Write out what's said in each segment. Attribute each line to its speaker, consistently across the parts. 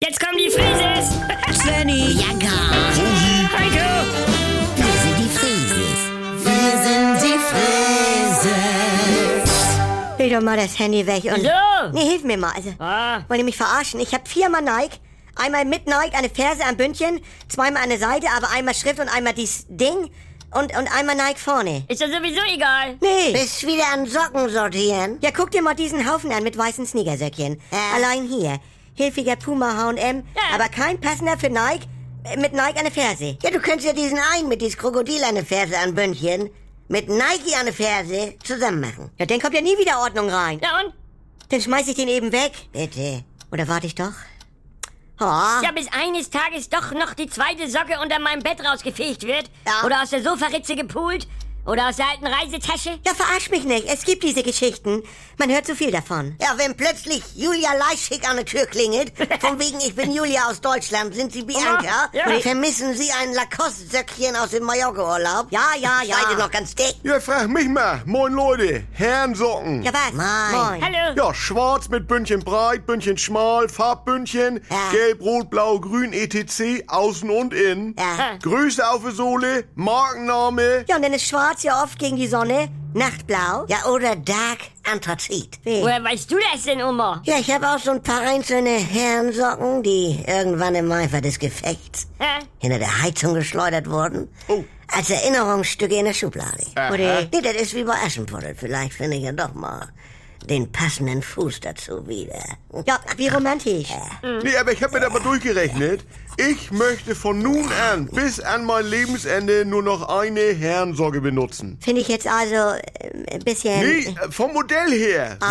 Speaker 1: doch mal das Handy weg und.
Speaker 2: Wieso?
Speaker 1: Nee, hilf mir mal. Also,
Speaker 2: Ah,
Speaker 1: wollt ihr mich verarschen? Ich hab viermal Nike. Einmal mit Nike, eine Ferse am Bündchen, zweimal an der Seite, aber einmal Schrift und einmal dieses Ding und, und einmal Nike vorne.
Speaker 2: ist ja sowieso egal.
Speaker 1: Nee.
Speaker 3: Bist wieder an Socken sortieren? Äh.
Speaker 1: Ja, guck dir mal diesen Haufen an mit weißen Sneakersöckchen.
Speaker 3: Ja.
Speaker 1: Allein hier. Hilfiger Puma H&M,
Speaker 2: Ja.
Speaker 1: aber kein passender für Nike, äh, mit Nike an der Ferse.
Speaker 3: Ja, du könntest ja diesen einen mit dieses Krokodil an der Ferse an Bündchen mit Nike an der Ferse zusammen machen.
Speaker 1: Ja, dann kommt ja nie wieder Ordnung rein.
Speaker 2: Ja und?
Speaker 1: Dann schmeiß ich den eben weg.
Speaker 3: Bitte.
Speaker 1: Oder warte ich doch? Oh.
Speaker 2: Ja, bis eines Tages doch noch die zweite Socke unter meinem Bett rausgefegt wird.
Speaker 1: Ja.
Speaker 2: Oder aus der Sofaritze gepult. Oder aus der alten Reisetasche.
Speaker 1: Ja, verarsch mich nicht. Es gibt diese Geschichten. Man hört zu viel davon.
Speaker 3: Ja, wenn plötzlich Julia Leischig an der Tür klingelt, von wegen ich bin Julia aus Deutschland, sind Sie Bianca?
Speaker 2: Ja.
Speaker 3: Und vermissen Sie ein Lacoste-Söckchen aus dem Mallorca-Urlaub?
Speaker 1: Ja, ja, ja.
Speaker 3: Seid ihr noch ganz dick?
Speaker 4: Ja, frag mich mal. Moin Leute, Herrensocken.
Speaker 1: Ja, was?
Speaker 3: Moin.
Speaker 2: Hallo.
Speaker 4: Ja, schwarz mit Bündchen breit, Bündchen schmal, Farbbündchen,
Speaker 3: Ja.
Speaker 4: gelb, rot, blau, grün, etc., außen und innen.
Speaker 3: Ja.
Speaker 4: Größe auf der Sohle, Markenname.
Speaker 1: Ja, und dann ist schwarz ja oft gegen die Sonne. Nachtblau.
Speaker 3: Ja, oder Dark Anthrazit.
Speaker 1: Weh.
Speaker 2: Woher weißt du das denn, Oma?
Speaker 3: Ja, ich habe auch so ein paar einzelne Herrensocken, die irgendwann im Eifer des Gefechts
Speaker 2: Hä?
Speaker 3: hinter der Heizung geschleudert wurden.
Speaker 4: Oh.
Speaker 3: Als Erinnerungsstücke in der Schublade.
Speaker 4: Aha.
Speaker 1: Oder-
Speaker 3: Nee, das ist wie bei Aschenputtel. Vielleicht finde ich ja doch mal den passenden Fuß dazu wieder.
Speaker 1: Ja, wie romantisch.
Speaker 3: Hm.
Speaker 4: Nee, aber ich habe mir da mal durchgerechnet. Ich möchte von nun an bis an mein Lebensende nur noch eine Herrensocke benutzen.
Speaker 1: Finde ich jetzt also äh, ein bisschen...
Speaker 4: Nee, äh, vom Modell her.
Speaker 1: Ah.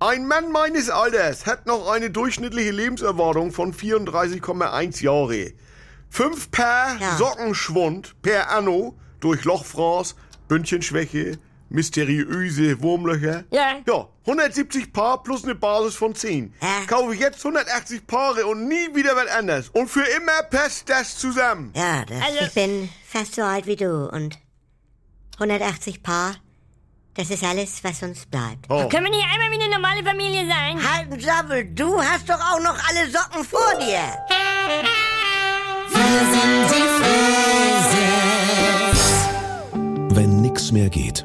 Speaker 4: So. Ein Mann meines Alters hat noch eine durchschnittliche Lebenserwartung von 34,1 Jahre. Fünf Paar
Speaker 1: Ja.
Speaker 4: Sockenschwund per Anno durch Lochfraß, Bündchenschwäche, mysteriöse Wurmlöcher.
Speaker 2: Ja.
Speaker 4: Ja, 170 Paar plus eine Basis von 10.
Speaker 3: Ja.
Speaker 4: Kaufe ich jetzt 180 Paare und nie wieder was anderes. Und für immer passt das zusammen.
Speaker 3: Ja, das
Speaker 2: Also,
Speaker 1: Ich bin fast so alt wie du und 180 Paar, das ist alles, was uns bleibt.
Speaker 4: Oh.
Speaker 2: können wir nicht einmal wie eine normale Familie sein?
Speaker 3: Halten Halt Sabbel, du hast doch auch noch alle Socken vor dir.
Speaker 5: Wenn nix mehr geht.